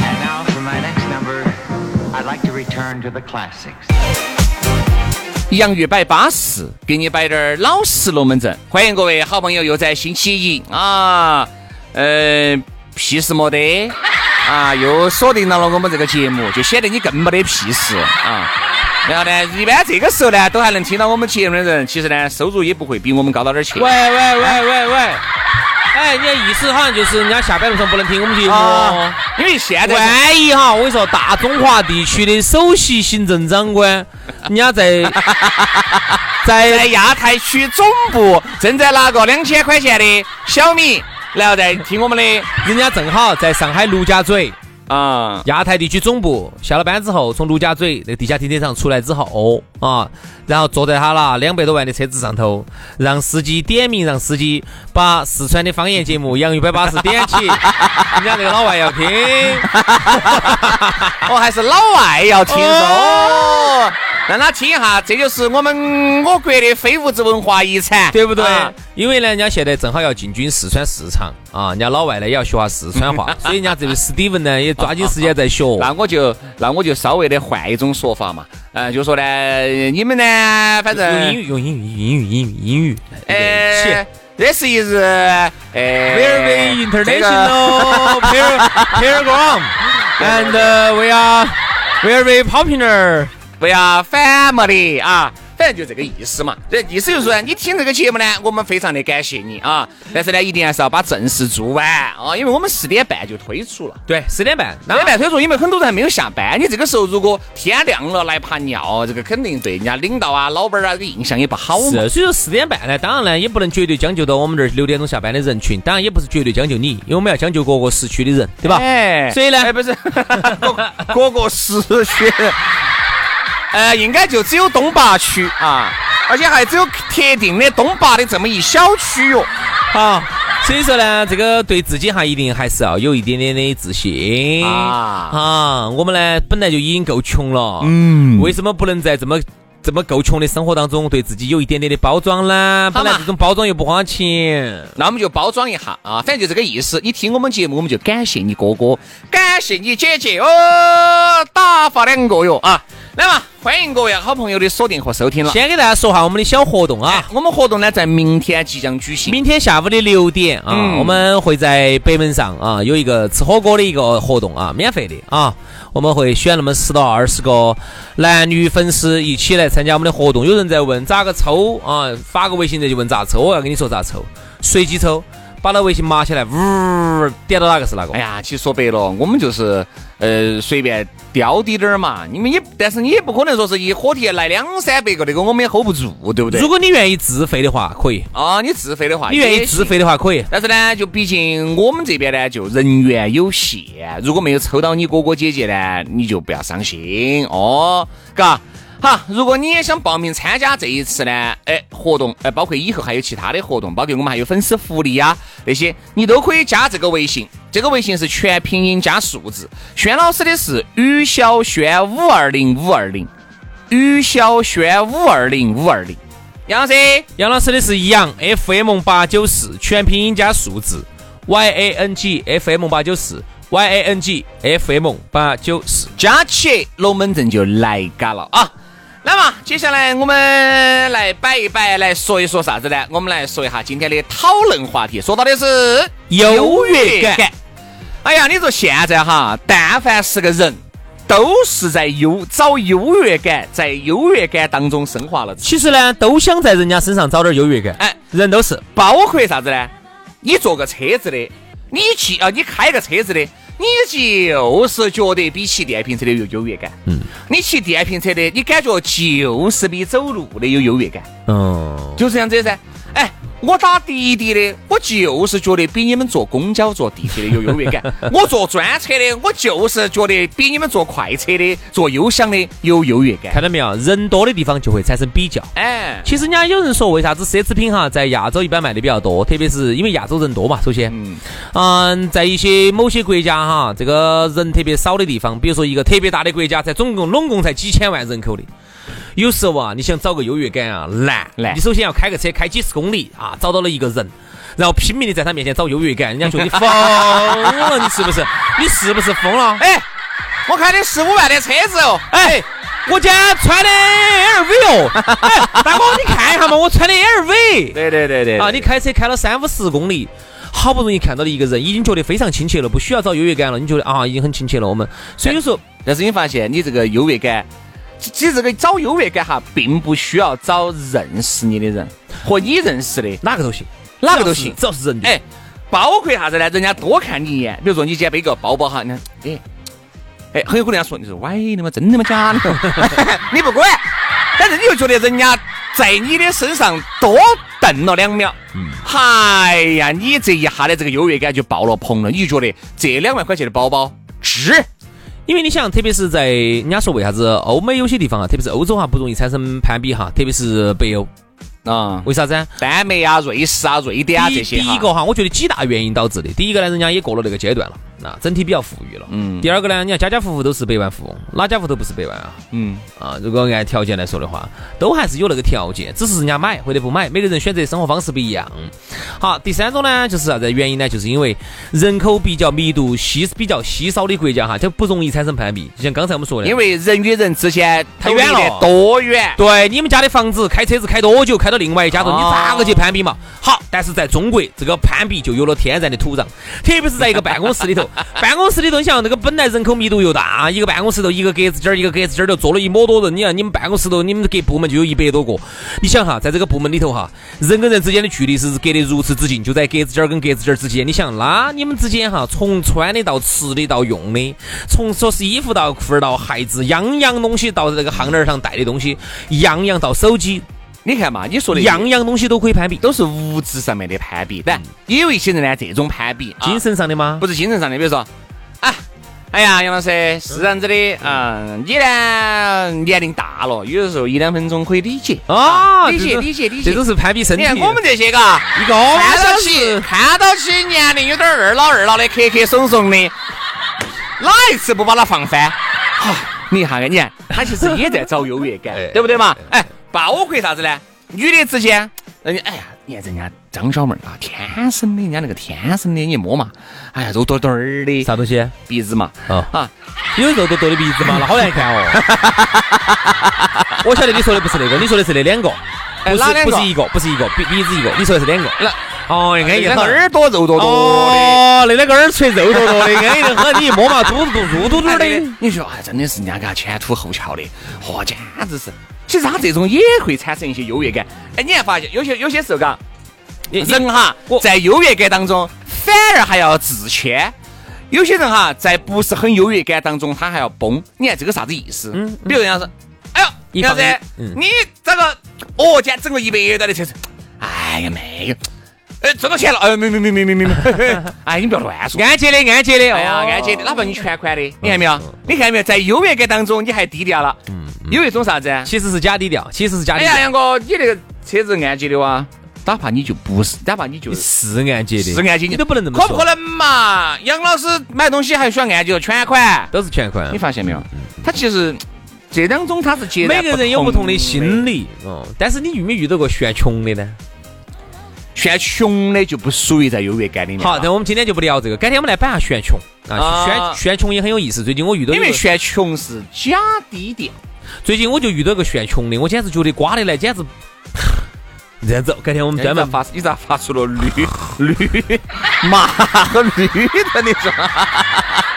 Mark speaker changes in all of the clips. Speaker 1: And now for my next number, I'd like to return to the classics.
Speaker 2: 洋芋摆巴适，给你摆点儿老实龙门阵。欢迎各位好朋友又在星期一啊，呃，屁事没得啊，又锁定到了我们这个节目，就显得你更没得屁事啊。然后呢，一般这个时候呢，都还能听到我们节目的人，其实呢，收入也不会比我们高到哪儿去。
Speaker 3: 喂喂喂喂喂，哎，你的意思好像就是人家下班路上不能听我们节目哦。
Speaker 2: 啊，因为现在是
Speaker 3: 万一哈，我跟你说，大中华地区的首席行政长官，人家在
Speaker 2: 在
Speaker 3: 在
Speaker 2: 亚太区总部正在拿个两千块钱的小米，然后再听我们的
Speaker 3: 人家正好在上海陆家嘴
Speaker 2: 啊。
Speaker 3: 亚太地区总部下了班之后，从陆家嘴那地下停车场出来之后，哦啊，然后坐在他那两百多万的车子上头，让司机点名，让司机把四川的方言节目《洋芋摆巴士》点起，人家那个老外要听。
Speaker 2: 哦，还是老外要听哦，让他听一下，这就是我们我国的非物质文化遗产，
Speaker 3: 对不对？
Speaker 2: 啊
Speaker 3: 因为呢，人家现在正好要进军四川市场啊，人家老外呢也要学下四川话，所以人家这位 Steven 呢也抓紧时间在学。
Speaker 2: 那我就那我就稍微的换一种说法嘛，嗯、就说呢，你们呢，反
Speaker 3: 用英
Speaker 2: 正
Speaker 3: 语，用英语，英语，英语，英语。
Speaker 2: 呃，这是一日呃
Speaker 3: Very
Speaker 2: 这个
Speaker 3: international program, and uh, we are very popular.
Speaker 2: 不要 family 啊。反正就这个意思嘛，这意思就是说，你听这个节目呢，我们非常的感谢你啊，但是呢，一定还是要把正事做完啊，因为我们四点半就推出了。
Speaker 3: 对，十点半。
Speaker 2: 那半推出，因为很多人还没有下班，你这个时候如果天亮了来爬尿，这个肯定对人家领导啊、老板啊这个印象也不好嘛。
Speaker 3: 是，所以说四点半呢，当然呢也不能绝对将就到我们这儿六点钟下班的人群，当然也不是绝对将就你，因为我们要将就各个时区的人，对吧？
Speaker 2: 哎
Speaker 3: 所以呢
Speaker 2: 哎，不是，各个时区，呃，应该就只有东坝区啊，而且还只有特定的东坝的这么一小区哟、
Speaker 3: 好，所以说呢，这个对自己哈，一定还是要有一点点的自信
Speaker 2: 啊
Speaker 3: 啊！我们呢本来就已经够穷了，嗯，为什么不能在这么这么够穷的生活当中，对自己有一点点的包装呢？
Speaker 2: 好
Speaker 3: 本
Speaker 2: 嘛
Speaker 3: 来这种包装又不花钱，
Speaker 2: 那我们就包装一下啊，反正就这个意思。你听我们节目，我们就感谢你哥哥，感谢你姐姐哦，打发两个哟啊！来嘛，欢迎各位好朋友的锁定和收听了。
Speaker 3: 先给大家说下我们的小活动啊
Speaker 2: 哎。我们活动呢在明天即将举行。
Speaker 3: 明天下午的六点啊，
Speaker 2: 嗯
Speaker 3: 我们会在北门上啊有一个吃火锅的一个活动啊，免费的啊，我们会选那么十到二十个男女粉丝一起来参加我们的活动。有人在问咋个抽啊，发个微信这就问咋抽，我要跟你说咋抽，随机抽，把那微信码起来，呜，点到哪个是哪个
Speaker 2: 哎。呀，其实说白了，我们就是呃随便挑滴点儿嘛。你们也，但是你也不可能说是一火帖来两三百个，那个我们也 hold 不住，对不对
Speaker 3: 如？果你愿意自费的话，可以；
Speaker 2: 啊，你自费的话，
Speaker 3: 你愿意自费的话，可以。
Speaker 2: 但是呢，就毕竟我们这边呢，就人员有限，如果没有抽到你哥哥姐姐呢，你就不要伤心哦，嘎。好，如果你也想报名参加这一次呢，哎，活动，哎，包括以后还有其他的活动，包括我们还有粉丝福利呀、啊那些，你都可以加这个微信，这个微信是全拼音加数字，轩老师的是于小轩五二零五二零，于小轩五二零五二零，杨老师，
Speaker 3: 杨老师的是杨 FM 八九四，全拼音加数字 Y A N G F M 八九四 Y A N G F M 八九四。
Speaker 2: 加起龙门阵就来嘎了啊！那么接下来我们来摆一摆，来说一说啥子呢？我们来说一下今天的讨论话题，说到的是
Speaker 3: 优越感。
Speaker 2: 哎呀，你说现在哈，但凡是个人，都是在优找优越感，在优越感当中升华了自己。
Speaker 3: 其实呢，都想在人家身上找点优越感。
Speaker 2: 哎，
Speaker 3: 人都是
Speaker 2: 包括啥子呢？你坐个车子的，你去啊，你开个车子的，你就是觉得比骑电瓶车的有优越感。嗯，你骑电瓶车的，你感觉就是比走路的有优越感，
Speaker 3: 嗯，
Speaker 2: 就是这样子噻。哎，我打滴滴的，我就是觉得比你们坐公交、坐地铁的有优越 感。我坐专车的，我就是觉得比你们坐快车的、坐优享的有优越感。
Speaker 3: 看到没有？人多的地方就会产生比较。
Speaker 2: 哎，
Speaker 3: 其实人家有人说，为啥子奢侈品哈在亚洲一般卖的比较多？特别是因为亚洲人多嘛，首先，嗯，在一些某些国家哈，这个人特别少的地方，比如说一个特别大的国家，才总共拢共才几千万人口的。有时候啊，你想找个优越感啊，难
Speaker 2: 难
Speaker 3: 你首先要开个车开几十公里啊，找到了一个人，然后拼命的在他面前找优越感，人家觉得你疯了，你是不是？你是不是疯了？
Speaker 2: 哎，我开的十五万的车子哦，
Speaker 3: 哎，我今天穿的 LV 哦，哎，大哥，你看一下嘛，我穿的 LV。
Speaker 2: 对对对对
Speaker 3: 啊，你开车开了三五十公里，好不容易看到了一个人，已经觉得非常亲切了，不需要找优越感了，你觉得啊，已经很亲切了。我们所以有时候
Speaker 2: 但是你发现你这个优越感，其其实这个找优越感哈，并不需要找认识你的人和你认识的，
Speaker 3: 哪个都行，
Speaker 2: 哪个都行
Speaker 3: 只要是人的。
Speaker 2: 哎，包括啥子呢？人家多看你一啊眼，比如说你今天背个包包哈，你看，哎，哎，很有可能人家说你是歪的嘛，真的吗？假的嘛？ 你不管，但是你就觉得人家在你的身上多瞪了两秒，哎呀，你这一下的这个优越感就爆了棚了，你就觉得这两万块钱的包包值。
Speaker 3: 因为你想，特别是在人家说为啥子欧美有些地方啊，特别是欧洲哈，不容易产生攀比哈，特别是北欧，
Speaker 2: 啊、
Speaker 3: 为啥子啊？
Speaker 2: 丹麦啊、瑞士啊、瑞典啊
Speaker 3: 第
Speaker 2: 这些
Speaker 3: 第
Speaker 2: 哈
Speaker 3: 一个哈，我觉得几大原因导致的。第一个呢，人家也过了那个阶段了，啊，整体比较富裕了。嗯。第二个呢，你看家家户户都是百万富翁，哪家户都不是百万啊？
Speaker 2: 嗯。
Speaker 3: 啊，如果按条件来说的话，都还是有那个条件，只是人家买或者不买，每个人选择生活方式不一样。好，第三种呢，就是啥子原因呢？就是因为人口比较密度稀比较稀少的国家哈，它不容易产生攀比。就像刚才我们说的，
Speaker 2: 因为人与人之间
Speaker 3: 太远了
Speaker 2: 都离得多远？
Speaker 3: 对，你们家的房子开车子开多久，开到另外一家头，你
Speaker 2: 哦
Speaker 3: 咋个去攀比嘛？好，但是在中国，这个攀比就有了天然的土壤，特别是在一个办公室里头，办公室里头，你想那个本来人口密度又大，一个办公室头一个格子间儿一个格子间儿头坐了一摸多人，你看你们办公室头你们各部门就有一百多个，你想哈，在这个部门里头哈，人跟人之间的距离是隔得如此之近，就在格子间儿跟格子间儿之间，你想那你们之间哈，从穿的到吃的到用的，从说是衣服到裤儿到鞋子，样样东西到这个项链上戴的东西，样样到手机，
Speaker 2: 你看嘛，你说的
Speaker 3: 样样东西都可以攀比，
Speaker 2: 都是物质上面的攀比，但也有一些人呢，这种攀比啊
Speaker 3: 精神上的吗？
Speaker 2: 不是精神上的，比如说，啊，哎呀，杨老师是这样子的，嗯，你呢年龄大了，有的时候一两分钟可以理解
Speaker 3: 啊，
Speaker 2: 理
Speaker 3: 这
Speaker 2: 解
Speaker 3: 种
Speaker 2: 理解理解
Speaker 3: 这。种是攀比身体
Speaker 2: 你。看我们这些嘎，
Speaker 3: 一个
Speaker 2: 看到
Speaker 3: 小
Speaker 2: 起
Speaker 3: 时，
Speaker 2: 看到起年龄有点二老二老的，咳咳怂怂的，哪一次不把他放翻？啊你一下看，你看他其实也在找优越感
Speaker 3: 哎，
Speaker 2: 对不对嘛？哎，包括啥子呢？女的之间，人家哎呀，你看人家张小妹儿啊，天生的，人家那个天生的，你一摸嘛，哎呀，肉墩墩儿的
Speaker 3: 啥东西？
Speaker 2: 鼻子嘛，
Speaker 3: 哦
Speaker 2: 啊，
Speaker 3: 有肉多多的鼻子吗？那好难看哦。 我晓得你说的不是那个，你说的是那两个，不
Speaker 2: 哎
Speaker 3: 是
Speaker 2: 哪两个
Speaker 3: 不是一个，不是一个鼻鼻子一个，你说的是两个。
Speaker 2: 那哎
Speaker 3: 哦，安逸
Speaker 2: 那
Speaker 3: 的
Speaker 2: 个
Speaker 3: 很。
Speaker 2: 耳朵肉多多的。
Speaker 3: 哦，那两个耳垂肉多 多的，安逸的很。你一摸嘛，嘟嘟嘟嘟嘟
Speaker 2: 哎
Speaker 3: 嘟的。
Speaker 2: 对你说哎，真的是人家给他前凸后翘的，嚯，简直是。其实他这种也会产生一些优越感。哎，你还发现有些有些时候，嘎，人哈
Speaker 3: 我
Speaker 2: 在优越感当中反而还要自谦。有些人哈在不是很优越感当中，他还要崩。你看这个啥子意思？比如人家说，哎呦，
Speaker 3: 嗯一
Speaker 2: 杨
Speaker 3: 方
Speaker 2: 子
Speaker 3: 面，嗯
Speaker 2: 你这个哦，今天整个一百单的车子，哎呀没有，哎挣到钱了，哎没没没没没 没没，哎你不要乱说。
Speaker 3: 安杰的，安杰的，
Speaker 2: 哎呀，
Speaker 3: 哦
Speaker 2: 安姐，哪怕你全款的，你看
Speaker 3: 嗯
Speaker 2: 没有？你看没有？在优越感当中，你还低调了。有一种啥子啊？
Speaker 3: 其实是假低调，其实是假
Speaker 2: 哎
Speaker 3: 低
Speaker 2: 呀，
Speaker 3: 调，
Speaker 2: 杨哥，你那个车子安吉的哇，哪怕你就不是，哪怕你就是
Speaker 3: 是安杰的，
Speaker 2: 是安吉，
Speaker 3: 你都不能这么
Speaker 2: 可
Speaker 3: 说，
Speaker 2: 不可能嘛？杨老师买东西还需要安吉全款，
Speaker 3: 都是全款
Speaker 2: 你。发现没有？他其实这当中他是截
Speaker 3: 嗯
Speaker 2: 然
Speaker 3: 每个人有不同的心
Speaker 2: 理，
Speaker 3: 理，哦，但是你遇没遇到过炫穷的呢？
Speaker 2: 炫穷的就不属于在优越感里面。
Speaker 3: 好，那我们今天就不聊这个，改天我们来摆下炫穷啊，
Speaker 2: 啊
Speaker 3: 炫炫穷也很有意思。最近我遇到一
Speaker 2: 因为
Speaker 3: 个
Speaker 2: 炫穷是假低调，
Speaker 3: 最近我就遇到一个炫穷的，我简直觉得瓜的来，简 直。这样子，改天我们专门
Speaker 2: 你咋发，你咋发出了 驴驴马驴的那种？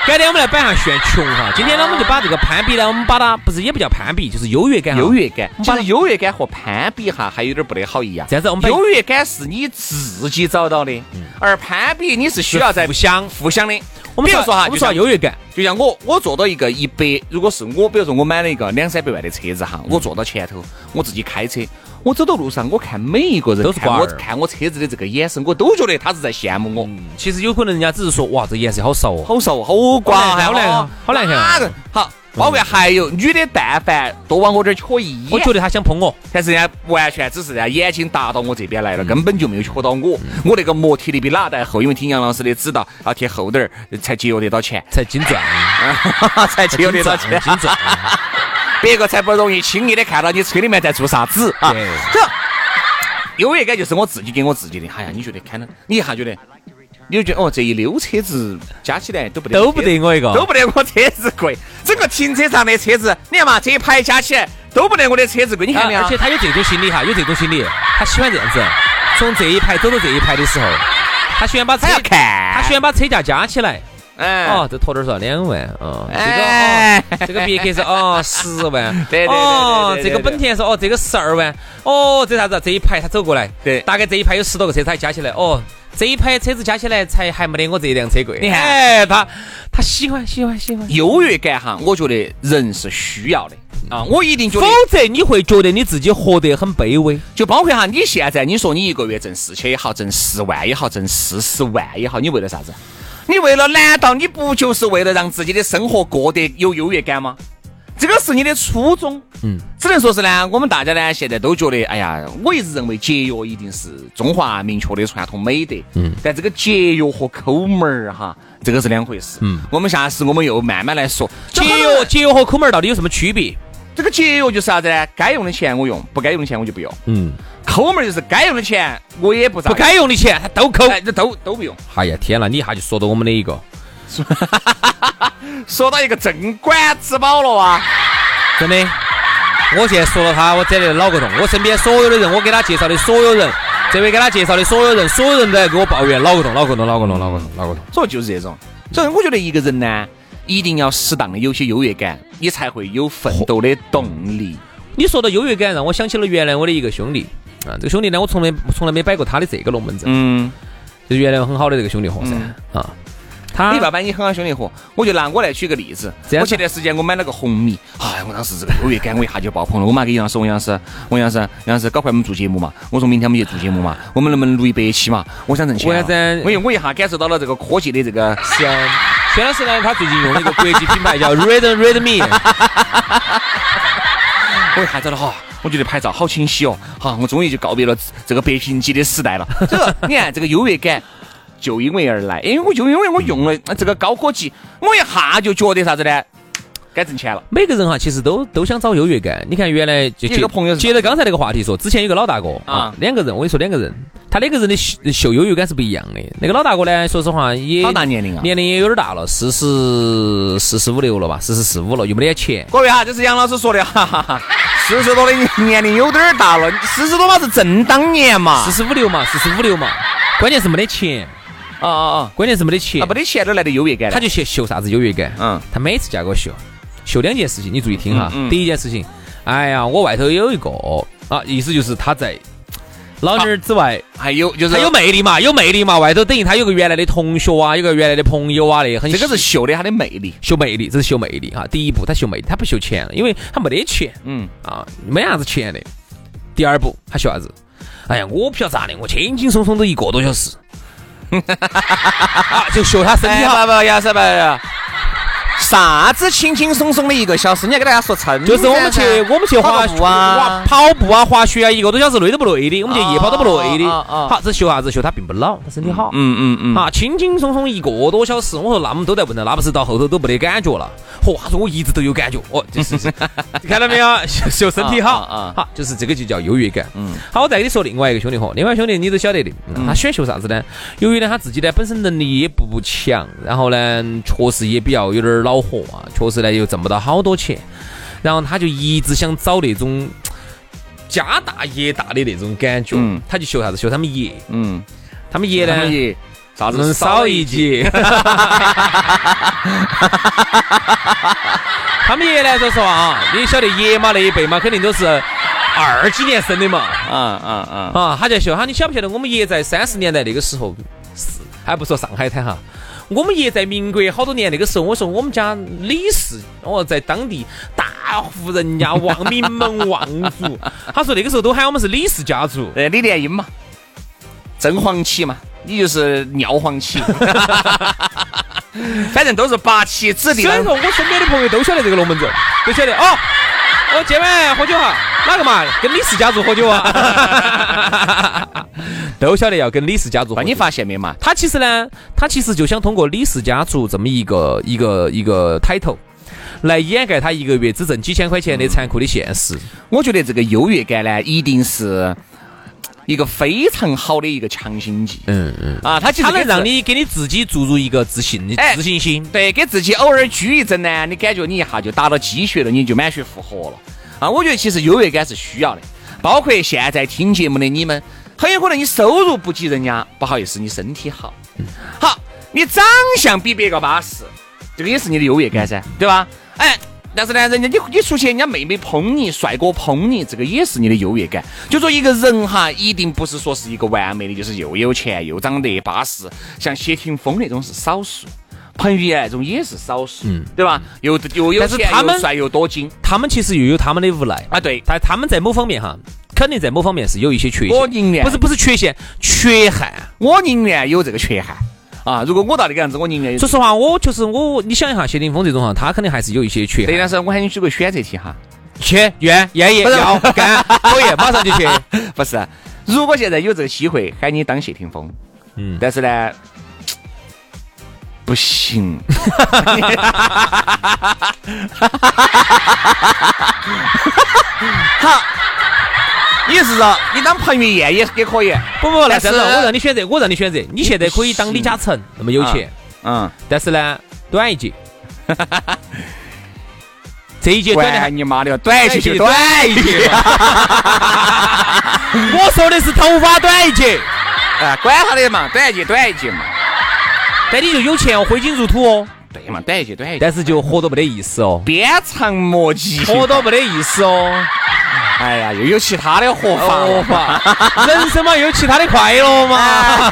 Speaker 3: 改天我们来摆下炫穷哈。今天呢，我们就把这个攀比呢，我们把它不是也不叫攀比，就是优越感。
Speaker 2: 优。越感，
Speaker 3: 我们
Speaker 2: 其
Speaker 3: 把它
Speaker 2: 实优越感和攀比哈还有点不得好啊一样。
Speaker 3: 这样子我们把
Speaker 2: 优越感是你自己找到的，而攀比你是需要在
Speaker 3: 是互相
Speaker 2: 嗯互相的。
Speaker 3: 我们
Speaker 2: 比如说哈，
Speaker 3: 我们
Speaker 2: 就
Speaker 3: 说
Speaker 2: 像
Speaker 3: 优越感，
Speaker 2: 就像我，我坐到一个一百，如果是我，比如说我买了一个两三百万的车子哈，我坐到前头，我自己开车，我走到路上，我看每一个人
Speaker 3: 都是
Speaker 2: 看
Speaker 3: 瓜
Speaker 2: 我
Speaker 3: 儿
Speaker 2: 看我车子的这个眼神，我都觉得他是在羡慕我。
Speaker 3: 其实有可能人家只是说，哇，这颜色好熟哦。
Speaker 2: 好瘦，好瓜，
Speaker 3: 好难看好难看
Speaker 2: 哪哦个好？包括还有女的，但凡多往我这儿瞧一
Speaker 3: 我
Speaker 2: 眼，
Speaker 3: 觉得他想喷我，
Speaker 2: 但是人家完全只是人家眼睛达到我这
Speaker 3: 嗯
Speaker 2: 边来了，根本就没有瞧到我。我那个膜贴的比哪袋厚，因为听杨老师的指导，啊要贴厚点儿才节约得到钱，
Speaker 3: 才金 钻，
Speaker 2: 哎
Speaker 3: 才
Speaker 2: 才节约
Speaker 3: 金
Speaker 2: 得到
Speaker 3: 钻，
Speaker 2: 钱，
Speaker 3: 金钻。
Speaker 2: 别个才不容易轻易的看到你车里面在做啥子啊。
Speaker 3: 对
Speaker 2: 这优越感就是我自己给我自己的。哎呀，你觉得看到你一下觉得，你就觉得哦，这一溜车子加起 来都不得
Speaker 3: 都不得我一个
Speaker 2: 都不得我车子贵。整个停车场的车子，你看嘛，这一排加起来都不得我的车子贵。你看
Speaker 3: 啊
Speaker 2: 没有？
Speaker 3: 而且他有这种心理哈，有这种心理，他喜欢这样子，从这一排走到这一排的时候，他喜欢把车
Speaker 2: 他要看，
Speaker 3: 他喜欢把车价加起来。
Speaker 2: 哎，
Speaker 3: 哦，这坨坨儿说两万啊，
Speaker 2: 哎
Speaker 3: 这个哦，这个别克是哦十万，
Speaker 2: 对对对对对
Speaker 3: 哦，
Speaker 2: 对
Speaker 3: 这
Speaker 2: 对
Speaker 3: 个本田是哦这个十二万，哦这啥子啊这一排他走过来，
Speaker 2: 对
Speaker 3: 大概这一排有十多个车，他加起来哦。这一排车子加起来才还没得我这一辆车贵，
Speaker 2: 你看
Speaker 3: 哎，他他喜欢喜欢喜欢，
Speaker 2: 优越感哈，我觉得人是需要的啊。我一定觉
Speaker 3: 否
Speaker 2: 得，
Speaker 3: 则你会觉得你自己活得很卑微。
Speaker 2: 就包括哈，你现在你说你一个月挣四千也好，挣十万也好，挣四十万也好，你为了啥子？你为了？难道你不就是为了让自己的生活过得有优越感吗？这个是你的初衷，嗯，只能说是呢，我们大家呢现在都觉得，哎呀，我一直认为节约一定是中华明确的传统美德，嗯，但这个节约和抠门儿哈，这个是两回事，嗯，我们下次我们又慢慢来说
Speaker 3: 节
Speaker 2: 节
Speaker 3: 约
Speaker 2: 约，
Speaker 3: 节约和抠门儿到底有什么区别？
Speaker 2: 这个节约就是啥子呢？该用的钱我用，不该用的钱我就不用，
Speaker 3: 嗯，
Speaker 2: 抠门儿就是该用的钱我也不咋
Speaker 3: 不该用的钱他都抠。
Speaker 2: 哎，这都都不用。
Speaker 3: 哎呀天呐，你一下就说到我们的一个，
Speaker 2: 说到一个正管吃饱了啊，
Speaker 3: 真的，我现在说了他，我真的脑壳痛。我身边所有的人，我给他介绍的所有人，这位给他介绍的所有人，所有人都在给我抱怨脑壳痛，脑壳痛，脑壳痛，脑壳痛，脑壳痛。
Speaker 2: 所以就是这种。所以我觉得一个人呢，一定要适当的有些优越感，你才会有奋斗的动力。
Speaker 3: 你说到优越感，让我想起了原来我的一个兄弟啊，这个兄弟呢，我从来从来没摆过他的这个龙门阵，
Speaker 2: 嗯，
Speaker 3: 就是原来很好的这个兄弟伙噻啊，他
Speaker 2: 你爸爸你很好兄弟伙，我就拿我来举个例子
Speaker 3: 这。样子
Speaker 2: 我前段时间我买了个红米，哎，我当时这个优越感我一下就爆棚了。我妈给杨老师，我杨老师，我杨老师，杨老师，搞快我们做节目嘛。我说明天我们就做节目嘛，我们能不能录一百期嘛？我想挣钱啊。
Speaker 3: 为啥子
Speaker 2: 因为我一下感受到了这个科技的这个
Speaker 3: 轩轩老师呢，他最近用了一个国际品牌叫 Red Redmi。
Speaker 2: 我一下子了哈，我觉得拍照好清晰哦，哈，我终于就告别了这个白屏机的时代了。 这个你看这个优越感。就因为而来，因为我就因为我用了啊这个高科技，我一下就觉得啥子呢？该挣钱了。
Speaker 3: 每个人哈，其实都都想找优越感。你看，原来就
Speaker 2: 有一个朋友是
Speaker 3: 接着刚才那个话题说，之前有个老大哥啊
Speaker 2: 啊，
Speaker 3: 两个人，我跟你说，两个人，他两个人的秀秀优越感是不一样的。那个老大哥呢，说实话也
Speaker 2: 好大年龄啊
Speaker 3: 年龄也有点大了，四十四十五六了吧，四十四五了，又没得钱。
Speaker 2: 各位哈，这是杨老师说的，哈哈哈。四十多的年龄有点儿大了，四十多嘛是正当年嘛
Speaker 3: 四。十五六嘛，四十五六嘛，关键是没得钱，
Speaker 2: 啊啊
Speaker 3: 关键是没得
Speaker 2: 啊！
Speaker 3: 钱
Speaker 2: 啊，，没得钱都来的优越感
Speaker 3: 他
Speaker 2: 了。
Speaker 3: 就去秀啥子优越感？
Speaker 2: 嗯
Speaker 3: 他每次嫁给我秀，秀两件事情，你注意听哈。
Speaker 2: 嗯嗯
Speaker 3: 第一件事情，哎呀，我外头有一个啊，意思就是他在老
Speaker 2: 啊
Speaker 3: 娘儿之外。
Speaker 2: 还有就是
Speaker 3: 他有魅力嘛，有魅力嘛，外头等于他有个原来的同学啊，有个原来的朋友啊，那很
Speaker 2: 这个是秀的他的魅力。
Speaker 3: 秀魅力，这是秀魅力啊。第一步，他秀魅力，他不秀钱了，因为他没得钱
Speaker 2: 嗯，
Speaker 3: 啊，没啥子钱的。第二步，他秀啥子？哎呀，我不晓得咋的，我轻轻松松都一个多小时， 啊，就秀他身
Speaker 2: 哎
Speaker 3: 体
Speaker 2: 呀，
Speaker 3: 好。
Speaker 2: 不不，杨师傅，啥子轻轻松松的一个小时，你还跟大家说成？
Speaker 3: 就是我们去，我们去滑
Speaker 2: 跑个步啊
Speaker 3: 滑跑步啊，滑雪啊，一个多小时累都不累的，我们去夜跑都不累的。
Speaker 2: 哦哦哦
Speaker 3: 好，这秀啥子？秀他并不老，他身体好。
Speaker 2: 嗯嗯嗯，
Speaker 3: 啊，轻轻松松一个多小时，我说那么都在问了，那不是到后头都没得感觉了？嚯，他说我一直都有感觉，哦，就是 看到没有，秀秀身体好
Speaker 2: 啊啊啊
Speaker 3: 好，就是这个就叫优越感。嗯，好，我再给你说另外一个兄弟伙，另外一个兄弟你都晓得的，嗯他喜欢秀啥子呢？由于呢他自己呢本身能力也不不强，然后呢确实也比较有点儿恼火啊，确实呢又挣不到好多钱。然后他就一直想找那种家大业大的那种感觉
Speaker 2: 嗯，
Speaker 3: 他就学啥子？学他们爷，
Speaker 2: 嗯，
Speaker 3: 他们爷
Speaker 2: 他
Speaker 3: 呢
Speaker 2: 们也啥子
Speaker 3: 能少一
Speaker 2: 级，
Speaker 3: 级。 他们爷呢，说实话啊，你晓得爷嘛那一辈嘛，肯定都是二几年生的嘛。
Speaker 2: 啊啊啊，
Speaker 3: 啊，他在笑哈，你晓不晓得我们爷在三十年代那个时候是，还不说上海滩哈，我们爷在民国好多年那个时候，我说我们家李氏哦，在当地大户人家，望名门望族，他说那个时候都喊我们是李氏家族。
Speaker 2: 呃，李莲英嘛，正黄旗嘛，你就是尿黄旗，反正都是八旗子弟
Speaker 3: 虽然
Speaker 2: 的
Speaker 3: 说我身边的朋友都晓得这个龙门阵，都晓得哦。我今晚喝酒哈，哪个嘛？跟李氏家族喝酒 啊？都晓得要跟李氏家族喝
Speaker 2: 哇
Speaker 3: 酒。
Speaker 2: 你发现没嘛？
Speaker 3: 他其实呢，他其实就想通过李氏家族这么一个一个一个 title。来掩盖他一个月只挣几千块钱的残酷的现实。
Speaker 2: 我觉得这个优越感呢，一定是一个非常好的一个强心剂。嗯嗯，啊，他其实
Speaker 3: 他能
Speaker 2: 给自
Speaker 3: 让你给你自己注入一个自信的
Speaker 2: 哎
Speaker 3: 自信心。
Speaker 2: 对给自己偶尔拘一针呢，你感觉你一下就打到鸡血了，你就满血复活了。啊，我觉得其实优越感是需要的，包括现在听节目的你们，很有可能你收入不及人家，不好意思，你身体好，好，你长相比别个巴适，这个也是你的优越感噻，对吧？哎。但是呢，人家你你出去，人家妹妹捧你，帅哥捧你，这个也是你的优越感。就说一个人哈，一定不是说是一个完美的，就是又有钱又长得巴适，像谢霆锋那种是少数，彭于晏那种也是少数，对吧？又又有
Speaker 3: 嗯但是
Speaker 2: 钱
Speaker 3: 他们
Speaker 2: 又帅又多金
Speaker 3: 他们其实又有他们的无奈，
Speaker 2: 啊，对，
Speaker 3: 但他们在某方面哈，肯定在某方面是有一些缺
Speaker 2: 我
Speaker 3: 陷。
Speaker 2: 宁愿
Speaker 3: 不是不是缺陷，缺憾。
Speaker 2: 我宁愿有这个缺憾啊。如果我到那个样子，我宁愿有。
Speaker 3: 说实话，我就是我，你想一下，谢霆锋这种哈，他肯定还是有一些缺
Speaker 2: 对，
Speaker 3: 憾。
Speaker 2: 但是我喊你举个选择题哈，
Speaker 3: 切，愿愿意
Speaker 2: 哎不是
Speaker 3: 要 干可以，马上就去。
Speaker 2: 不是，啊如果现在有这个机会喊你当谢霆锋，嗯，但是呢，不行， 好，你是说你当彭于晏也也可以，
Speaker 3: 不不，不，那
Speaker 2: 但是
Speaker 3: 这样子，我让你选择，我让你选择，你现在可以当李嘉诚那么有钱，
Speaker 2: 嗯，
Speaker 3: 但是呢，短一截， 这一截短的还
Speaker 2: 管你妈的，短一截就短
Speaker 3: 一截。我说的是头发短一截，
Speaker 2: 啊，管他的嘛，短一截短一截嘛，哎
Speaker 3: 但你就有钱哦，挥金如土哦，
Speaker 2: 对嘛，短一截短一截，
Speaker 3: 但是就活得没得意思哦，
Speaker 2: 鞭长莫及，
Speaker 3: 活得没得意思哦，
Speaker 2: 哎呀，又有其他的哦活法了
Speaker 3: 活 法，人生嘛又有其他的快乐嘛。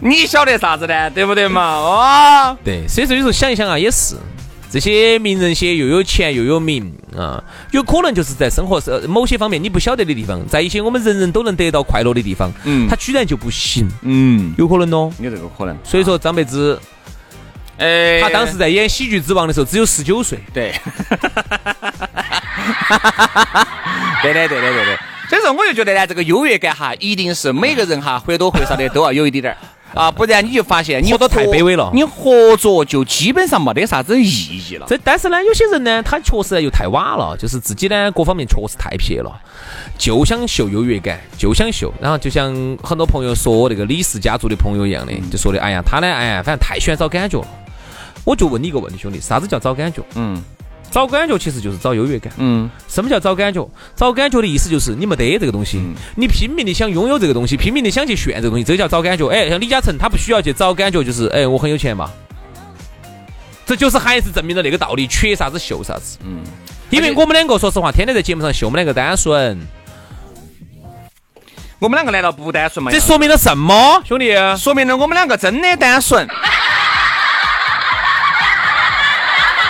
Speaker 2: 你晓得啥子呢？对不对嘛？哦，
Speaker 3: 对，所以说有时候想一想啊，也是这些名人些又有钱又有名啊，有可能就是在生活是某些方面你不晓得的地方，在一些我们人人都能得到快乐的地方，
Speaker 2: 嗯
Speaker 3: 他居然就不行，
Speaker 2: 嗯，
Speaker 3: 有可能哦。
Speaker 2: 有这个可能。
Speaker 3: 所以说张柏芝，
Speaker 2: 哎
Speaker 3: 她当时在演《喜剧之王》的时候只有十九岁，
Speaker 2: 对， 对的，对的，对的。所以说，我就觉得呢，这个优越感哈，一定是每个人哈或多或少的都要有一点点儿啊，不然你就发现你
Speaker 3: 活得太卑微了
Speaker 2: 你活着就基本上没得啥子意义了。
Speaker 3: 这但是呢，有些人呢，他确实呢又太瓦了，就是自己呢各方面确实太撇了，就想秀优越感，就想秀。然后就像很多朋友说那个李氏家族的朋友一样的，就说的，哎呀，他呢，哎呀，反正太喜欢找感觉了。我就问你一个问题，兄弟，啥子叫找感觉？
Speaker 2: 嗯
Speaker 3: 找感觉其实就是找优越感。
Speaker 2: 嗯，
Speaker 3: 什么叫找感觉？找感觉的意思就是你没得这个东西，你拼命的想拥有这个东西，拼命的想去炫这个东西，这个叫找感觉。哎，像李嘉诚他不需要去找感觉，就是哎我很有钱嘛。这就是还是证明了那个道理，缺啥子秀啥子。嗯，哎因为我们两个说实话，天天在节目上秀我们两个单纯，
Speaker 2: 我们两个难道不单纯吗？
Speaker 3: 这说明了什么，兄弟？
Speaker 2: 说明了我们两个真的单纯。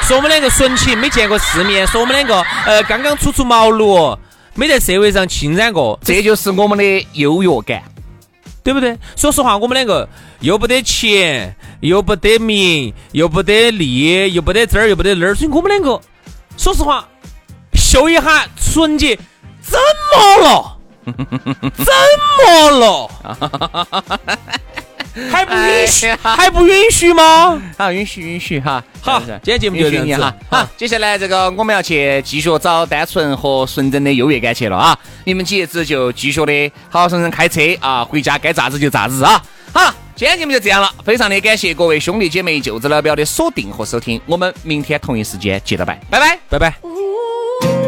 Speaker 3: 说我们两个纯情，没见过世面，说我们两个呃刚刚初出茅庐，没在社会上浸染过，
Speaker 2: 这就是我们的优越感。
Speaker 3: 对不对？说实话，我们两个又不得钱，又不得名，又不得利，又不得这儿，又不得那儿，所以我们两个，说实话，秀一下纯洁，怎么了？怎么了？还不允许？还不允许吗？
Speaker 2: 好，啊允许允许哈。
Speaker 3: 好
Speaker 2: 是不是
Speaker 3: 今天节目就这样子
Speaker 2: 允许你哈。
Speaker 3: 好
Speaker 2: 好，接下来这个我们要去继续找单纯和纯真的优越感去了啊！你们几爷子就继续的好好生生开车啊，回家该咋子就咋子啊！好了，今天节目就这样了，非常的感谢各位兄弟姐妹、舅子老表的锁定和收听，我们明天同一时间接着拜，拜拜。
Speaker 3: 拜拜。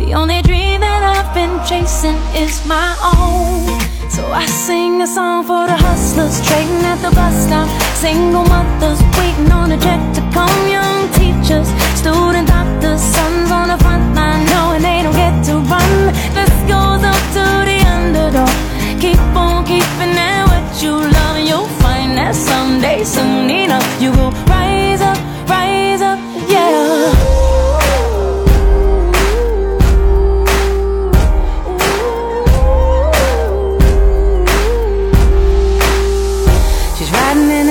Speaker 4: The only dream that I've been chasing is my own. So I sing a song for the hustlers trading at the bus stop. Single mothers waiting on a check to come. Young teachers, student doctors, sons on the front line knowing they don't get to run. This goes up to the underdog. Keep on keeping at what you love. You'll find that someday, soon enough, you will rise up, rise up, yeah. She's riding in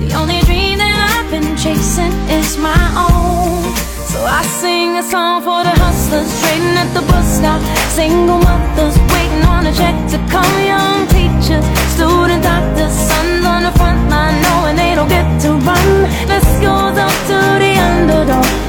Speaker 4: The only dream that I've been chasing is my own. So I sing a song for the hustlers trading at the bus stop. Single mothers waiting on a check to come. Young teachers, student doctors, sons on the front line knowing they don't get to run. This goes up to the underdog.